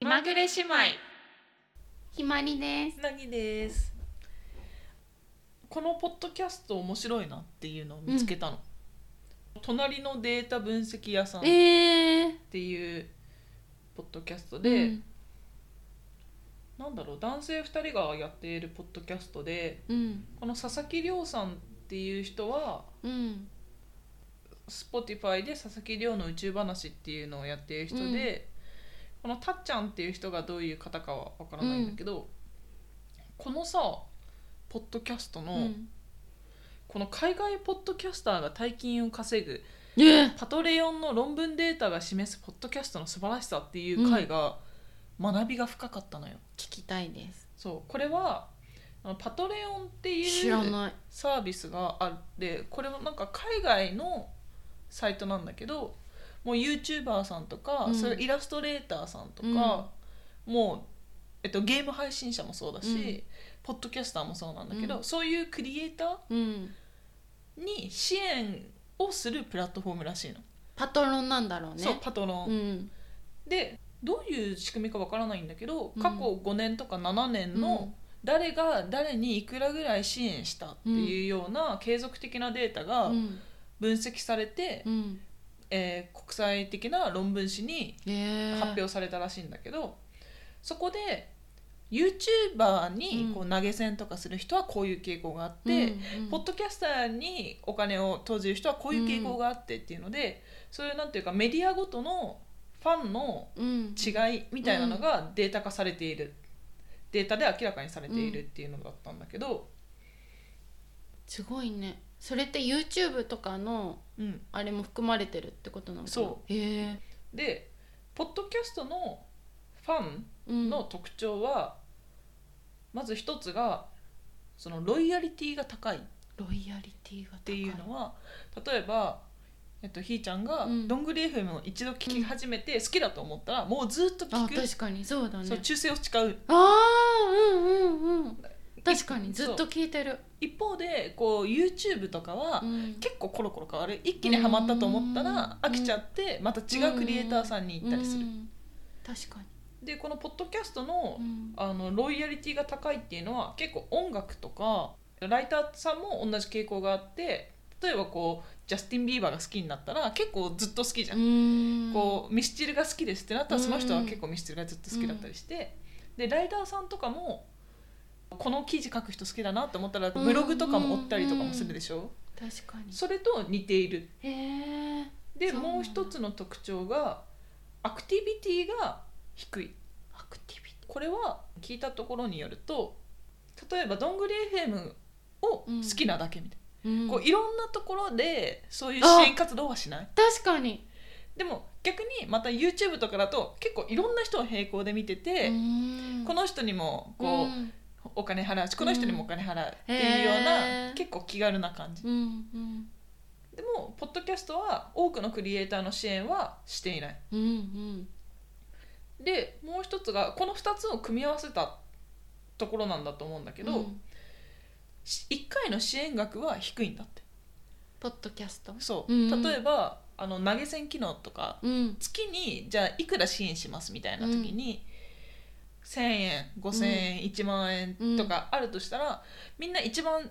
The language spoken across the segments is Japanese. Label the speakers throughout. Speaker 1: まぐれ姉妹
Speaker 2: ひまりです。
Speaker 1: なぎですこのポッドキャスト面白いなっていうのを見つけたの、隣のデータ分析屋さんっ
Speaker 2: えー、
Speaker 1: ていうポッドキャストで、
Speaker 2: うん、
Speaker 1: なんだろう男性2人がやっているポッドキャストで
Speaker 2: うん、
Speaker 1: この佐々木亮さんっていう人は
Speaker 2: うん、
Speaker 1: Spotify で佐々木亮の宇宙話っていうのをやっている人で、このたっちゃんっていう人がどういう方かはわからないんだけど、このさポッドキャストの、
Speaker 2: うん、
Speaker 1: この海外ポッドキャスターが大金を稼ぐ
Speaker 2: えー、
Speaker 1: パトレオンの論文データが示すポッドキャストの素晴らしさっていう回が、学びが深かったのよ。
Speaker 2: 聞きたいです。
Speaker 1: そうこれはあのパトレオンって
Speaker 2: 知
Speaker 1: い
Speaker 2: ら
Speaker 1: う
Speaker 2: ない。
Speaker 1: サービスがあってこれもなんか海外のサイトなんだけどもう YouTuber さんとか、
Speaker 2: うん
Speaker 1: それイラストレーターさんとか、もう、えっと、ゲーム配信者もそうだし、
Speaker 2: うん
Speaker 1: ポッドキャスターもそうなんだけど、
Speaker 2: うん
Speaker 1: そういうクリエイター
Speaker 2: うん、
Speaker 1: に支援をするプラットフォームらしいの、
Speaker 2: パトロンなんだろうね。
Speaker 1: そうパトロン、
Speaker 2: うん、
Speaker 1: でどういう仕組みかわからないんだけど
Speaker 2: うん
Speaker 1: 過去5年とか7年の誰が誰にいくらぐらい支援したっていうような継続的なデータ
Speaker 2: う
Speaker 1: が
Speaker 2: ん、
Speaker 1: 分析されて、
Speaker 2: うん、
Speaker 1: えー国際的な論文誌に
Speaker 2: えー、
Speaker 1: 発表されたらしいんだけど、そこで YouTuber にこう投げ銭とかする人はこういう傾向があって、
Speaker 2: うん、うん
Speaker 1: ポッドキャスターにお金を投じる人はこういう傾向があってっていうので、そういうなんていうかメディアごとのファンの
Speaker 2: うん、
Speaker 1: 違いみたいなのがデータ化されている、データで明らかにされているっていうのだったんだけど、
Speaker 2: すごいね。それって YouTube とかの
Speaker 1: うん、
Speaker 2: あれも含まれてるってことなのかな。。
Speaker 1: そう
Speaker 2: え
Speaker 1: でポッドキャストのファン
Speaker 2: ー、うん、
Speaker 1: の特徴は、まず一つがそのロイヤリティが高いっ
Speaker 2: ロイヤリティが高い。って
Speaker 1: いうのは例えば。えっと、ひーちゃんが
Speaker 2: うん
Speaker 1: どんぐり FM を一度聞き始めて好きだと思ったらもうずっと
Speaker 2: あ
Speaker 1: 聞く
Speaker 2: 確かにそうだね
Speaker 1: そう忠誠を誓う
Speaker 2: あーうんうんうん確かにずっと聞いてる、
Speaker 1: 一方でこう YouTube とかは、
Speaker 2: うん、
Speaker 1: 結構コロコロ変わる一気にハマったと思ったら
Speaker 2: うん
Speaker 1: 飽きちゃってまた違うクリエイターさんに行ったりする
Speaker 2: うん確か
Speaker 1: でこのポッドキャストの
Speaker 2: に、うん
Speaker 1: あのロイヤリティが高いっていうのは結構音楽とかライターさんも同じ傾向があって例えばこうジャスティン・ビーバーが好きになったら結構ずっと好きじゃん
Speaker 2: うん
Speaker 1: こうミスチルが好きですってなったら
Speaker 2: うん
Speaker 1: その人は結構ミスチルがずっと好きだったりして、でライターさんとかもこの記事書く人好きだなと思ったら
Speaker 2: うん
Speaker 1: ブログとかも追ったりとかもするでしょ、
Speaker 2: 確かに
Speaker 1: それと似ている
Speaker 2: へえ
Speaker 1: で
Speaker 2: そうなんだ
Speaker 1: もう一つの特徴がアクティビティが低い
Speaker 2: アクティビテ
Speaker 1: これは聞いたところによると例えばどんぐり FM を好きなだけみたい
Speaker 2: ィ、
Speaker 1: な、
Speaker 2: ん
Speaker 1: こういろんなところでそういう支援活動はしない
Speaker 2: 確かに
Speaker 1: でも逆にまた YouTube とかだと結構いろんな人を並行で見てて、こ
Speaker 2: の
Speaker 1: の人にもこう、
Speaker 2: ん
Speaker 1: お金払うしこの人にもお金払うっていうよう
Speaker 2: うん
Speaker 1: な、
Speaker 2: へー
Speaker 1: 結構気軽な感じ
Speaker 2: うんうん
Speaker 1: でもポッドキャストは多くのクリエイターの支援はしていない
Speaker 2: うんうん
Speaker 1: でもう一つがこの2つを組み合わせたところなんだと思うんだけど、
Speaker 2: うん
Speaker 1: し1回の支援額は低いんだって
Speaker 2: ポッドキャスト
Speaker 1: そう、
Speaker 2: うんうん
Speaker 1: 例えばあの投げ銭機能とか
Speaker 2: うん
Speaker 1: 月にじゃあいくら支援しますみたいな時に、1,000円5,000円、1万円とかあるとしたら、みんな一番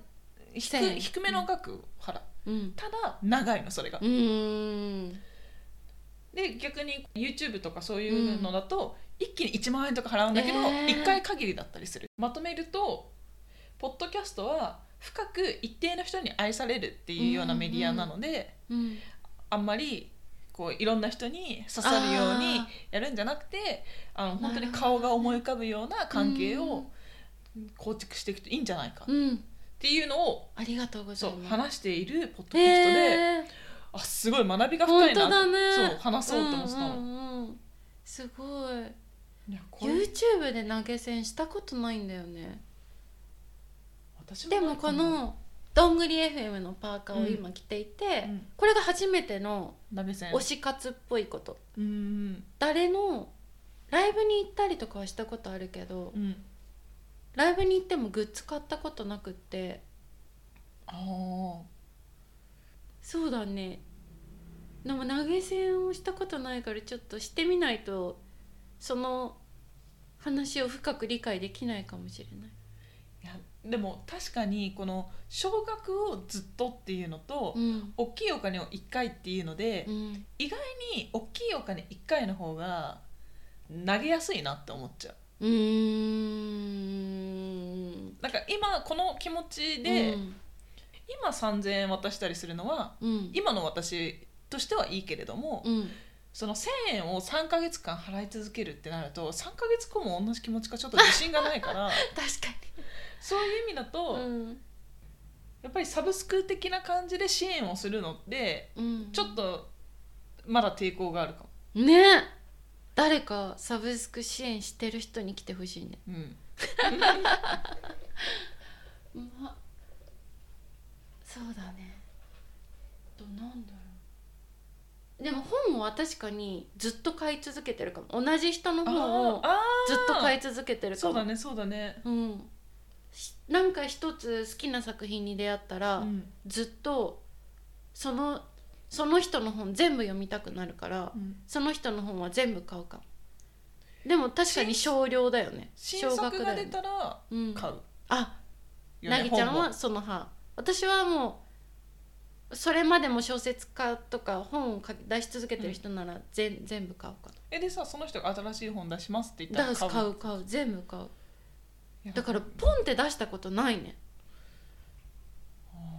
Speaker 1: 低
Speaker 2: 1000円
Speaker 1: 低めの額を払う
Speaker 2: うん
Speaker 1: ただ長いのそれが
Speaker 2: う、ん
Speaker 1: で逆に YouTube とかそういうのだと、一気に1万円とか払うんだけど、
Speaker 2: えー
Speaker 1: 1回限りだったりするまとめるとポッドキャストは深く一定の人に愛されるっていうようなメディアなので、
Speaker 2: うん
Speaker 1: あんまりこういろんな人に刺さるように
Speaker 2: あー
Speaker 1: やるんじゃなくてあの本当
Speaker 2: なる
Speaker 1: に
Speaker 2: ほど
Speaker 1: 顔が思い浮かぶような関係を構築していくといいんじゃないかっ
Speaker 2: うん
Speaker 1: ていうのを、
Speaker 2: ありがとうござ
Speaker 1: そ
Speaker 2: いうます
Speaker 1: 話しているポッドキャストで、
Speaker 2: へー
Speaker 1: あすごい学びが深
Speaker 2: 本
Speaker 1: いな
Speaker 2: 当だね
Speaker 1: そう話そうと思ってたの、
Speaker 2: うんうんうんすごい
Speaker 1: いやこれ
Speaker 2: YouTube で投げ銭したことないんだよね
Speaker 1: 私
Speaker 2: でも
Speaker 1: ないか
Speaker 2: こ
Speaker 1: な
Speaker 2: のどんぐり FM のパーカーを今着ていて、
Speaker 1: うん
Speaker 2: これが初めての
Speaker 1: 鍋せん
Speaker 2: 推し活っぽいこと
Speaker 1: うん
Speaker 2: 誰のライブに行ったりとかはしたことあるけど
Speaker 1: うん
Speaker 2: ライブに行ってもグッズ買ったことなくって
Speaker 1: ああ
Speaker 2: そうだねでも投げ銭をしたことないからちょっとしてみないとその話を深く理解できないかもしれない。
Speaker 1: いやでも確かにこの少額をずっとっていうのと、
Speaker 2: うん
Speaker 1: 大きいお金を1回っていうので、
Speaker 2: うん、
Speaker 1: 意外に大きいお金1回の方が投げやすいなって思っちゃう
Speaker 2: うーん
Speaker 1: なんか今この気持ちで、
Speaker 2: うん
Speaker 1: 今3,000円渡したりするのは
Speaker 2: うん
Speaker 1: 今の私としてはいいけれども、
Speaker 2: うん
Speaker 1: その1,000円を3ヶ月間払い続けるってなると3ヶ月後も同じ気持ちかちょっと自信がないから
Speaker 2: 確か
Speaker 1: そういう意味だと、
Speaker 2: に、うん
Speaker 1: やっぱりサブスク的な感じで支援をするのって
Speaker 2: うん、
Speaker 1: ちょっとまだ抵抗があるかも。
Speaker 2: ね誰かサブスク支援してる人に来てほしいね、
Speaker 1: うん
Speaker 2: ま、そうだねとなんだろうでも本は確かにずっと買い続けてるかも同じ人の本を
Speaker 1: あーあー
Speaker 2: ずっと買い続けてるか
Speaker 1: そ
Speaker 2: も
Speaker 1: うだねそうだね。
Speaker 2: うんしなんか一つ好きな作品に出会ったら、
Speaker 1: うん
Speaker 2: ずっとそのその人の本全部読みたくなるから
Speaker 1: うん
Speaker 2: その人の本は全部買うかもでも確かに少量だよね
Speaker 1: 新
Speaker 2: 少額
Speaker 1: 作
Speaker 2: だ
Speaker 1: が
Speaker 2: よ
Speaker 1: 出
Speaker 2: ね
Speaker 1: たら
Speaker 2: うん、
Speaker 1: 買う
Speaker 2: あ
Speaker 1: よね。
Speaker 2: なぎちゃん
Speaker 1: 本
Speaker 2: は
Speaker 1: も
Speaker 2: その派私はもうそれまでも小説家とか本を書き出し続けてる人なら全,、全部買うか
Speaker 1: えでさその人が新しい本出しますって言っ
Speaker 2: な
Speaker 1: たら
Speaker 2: だから買
Speaker 1: う
Speaker 2: う買う全部買う
Speaker 1: いや
Speaker 2: だからポンって出したことないね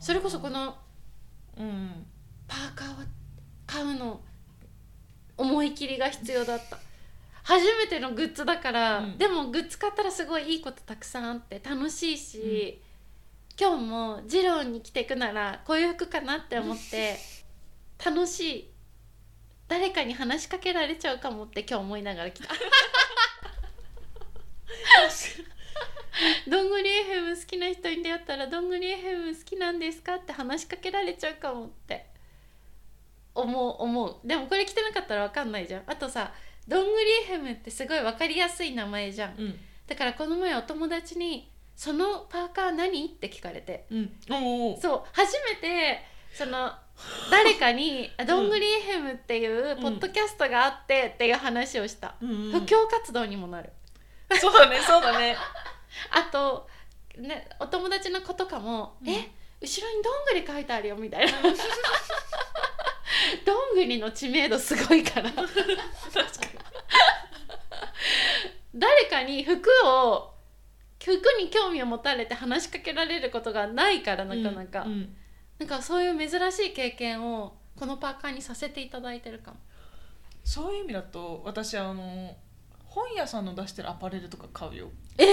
Speaker 2: それこそこの
Speaker 1: うんうん
Speaker 2: パーカーは買うの思い切りが必要だった初めてのグッズだから、
Speaker 1: うん
Speaker 2: でもグッズ買ったらすごいいいことたくさんあって楽しいし、今日もジローに着てくならこういう服かなって 思って楽しい誰かに話しかけられちゃうかもって今日思いながら来たどんぐり FM 好きな人に出会ったらどんぐり FM 好きなんですかって話しかけられちゃうかもって思う思うでもこれ着てなかったら分かんないじゃんあとさどんぐり FM ってすごい分かりやすい名前じゃん
Speaker 1: うん
Speaker 2: だからこの前お友達に「そのパーカー何?」って聞かれて
Speaker 1: うんおー
Speaker 2: そう初めてその誰かに「あどんぐり FM」っていうポッドキャストがあってっていう話をした、
Speaker 1: うんうん
Speaker 2: 布教活動にもなる
Speaker 1: そうだねそうだね
Speaker 2: あと、ね、お友達の子とかも「
Speaker 1: うん
Speaker 2: え後ろにどんぐり書いてあるよ」みたいなどんぐりの知名度すご いから誰かに服を服に興味を持たれて話しかけられることがないから なかなか、
Speaker 1: うんうん
Speaker 2: なんかそういう珍しい経験をこのパーカーにさせていただいてるかも
Speaker 1: そういう意味だと私あの本屋さんの出してるアパレルとか買うよ
Speaker 2: え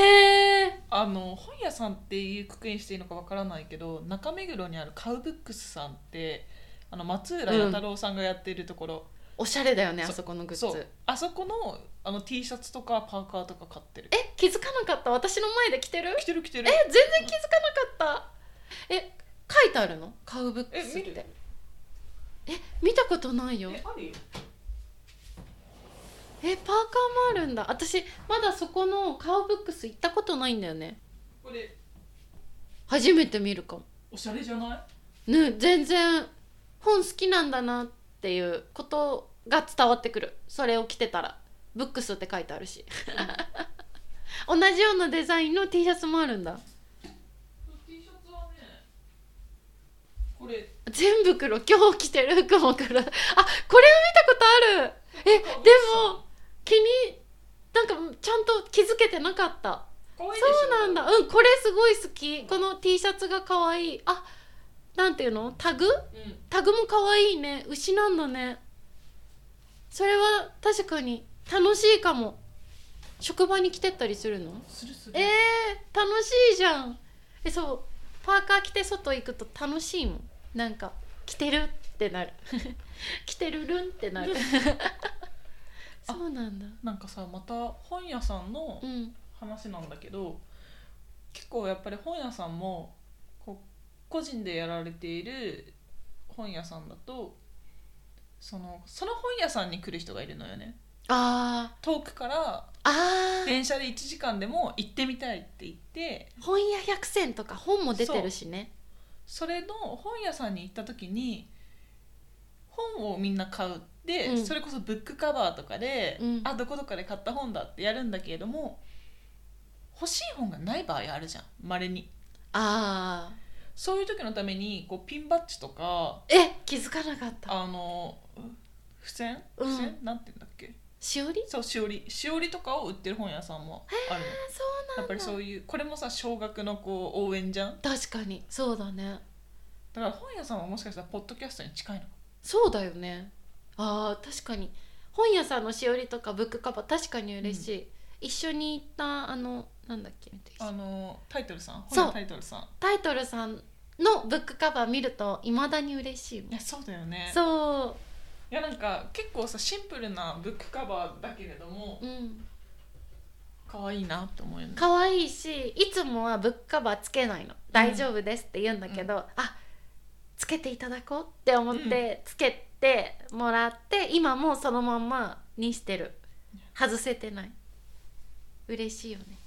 Speaker 2: え
Speaker 1: あの本屋さんっていうくくりにしていいのかわからないけど中目黒にあるカウブックスさんってあの松浦弥太郎さんがやってるところ、
Speaker 2: おしゃれだよねあ
Speaker 1: そう
Speaker 2: そこのグッ
Speaker 1: そ
Speaker 2: ズ
Speaker 1: うあそこのあの T シャツとかパーカーとか買ってる
Speaker 2: え気づかなかった私の前で着てる
Speaker 1: 着てる着て
Speaker 2: え
Speaker 1: る
Speaker 2: 全然気づかなかったえ書いてあるの買うブックスっ
Speaker 1: え見
Speaker 2: て
Speaker 1: る
Speaker 2: え見たことないよ
Speaker 1: えあるよ
Speaker 2: えパーカーもあるんだ私まだそこのカウブックス行ったことないんだよね
Speaker 1: これ
Speaker 2: 初めて見るかも
Speaker 1: おしゃれじゃない
Speaker 2: ね全然本好きなんだなっていうことが伝わってくるそれを着てたらブックスって書いてあるし 同じようなデザインの T シャツもあるんだ
Speaker 1: T シャツはねこれ
Speaker 2: 全部黒今日着てる服も黒あこれを見たことあるえでも気になんかちゃんと気づけてなかった
Speaker 1: かわいいでしょ
Speaker 2: そうなんだうんこれすごい好きこの T シャツが可愛いあなんていうのタグ
Speaker 1: うん
Speaker 2: タグも可愛いね牛なんだねそれは確かに楽しいかも職場に着てったりするの
Speaker 1: するする
Speaker 2: えー、楽しいじゃんえそうパーカー着て外行くと楽しいもんなんか着てるってなる 着てるるんって なる
Speaker 1: あ
Speaker 2: そうなんだ
Speaker 1: なんかさまた本屋さんの
Speaker 2: うん
Speaker 1: 話なんだけど、結構やっぱり本屋さんもこう個人でやられている本屋さんだとそのその本屋さんに来る人がいるのよね
Speaker 2: あー
Speaker 1: 遠くから
Speaker 2: あー
Speaker 1: 電車で1時間でも行ってみたいって言って
Speaker 2: 本屋百選とか本も出てるしね
Speaker 1: それの本屋さんに行った時に本をみんな買うで、
Speaker 2: うん
Speaker 1: それこそブックカバーとかで、
Speaker 2: うん
Speaker 1: あどこどこで買った本だってやるんだけれども欲しい本がない場合あるじゃんまれに
Speaker 2: あ
Speaker 1: そういう時のためにこうピンバッジとか
Speaker 2: ーえ気づかなかった
Speaker 1: あの付箋
Speaker 2: うん
Speaker 1: 付箋、なんて言うんだっけ
Speaker 2: しおり
Speaker 1: そうしおりしおりとかを売ってる本屋さんもあるの
Speaker 2: あそうなんだ
Speaker 1: やっぱりそういうこれもさ小学のこう応援じゃん
Speaker 2: 確かにそうだね
Speaker 1: だから本屋さんはもしかしたらポッドキャストに近いのか
Speaker 2: そうだよねあー確かに本屋さんのしおりとかブックカバー確かに嬉しい、一緒に行ったあのなんだっけ
Speaker 1: あのタイトルさん
Speaker 2: そう
Speaker 1: 本屋タイトルさん
Speaker 2: タイトルさんのブックカバー見るといまだに嬉しいも
Speaker 1: い
Speaker 2: ん
Speaker 1: やそうだよね
Speaker 2: そ
Speaker 1: いやなんか結構さシンプルなブックカバーだけれども
Speaker 2: う、うん、
Speaker 1: 可愛いなって思うよね
Speaker 2: 可愛いしいつもはブックカバーつけないの「大丈夫です」って言うんだけど、あつけていただこうって思ってつけてもらって、今もうそのまんまにしてる外せてない嬉しいよね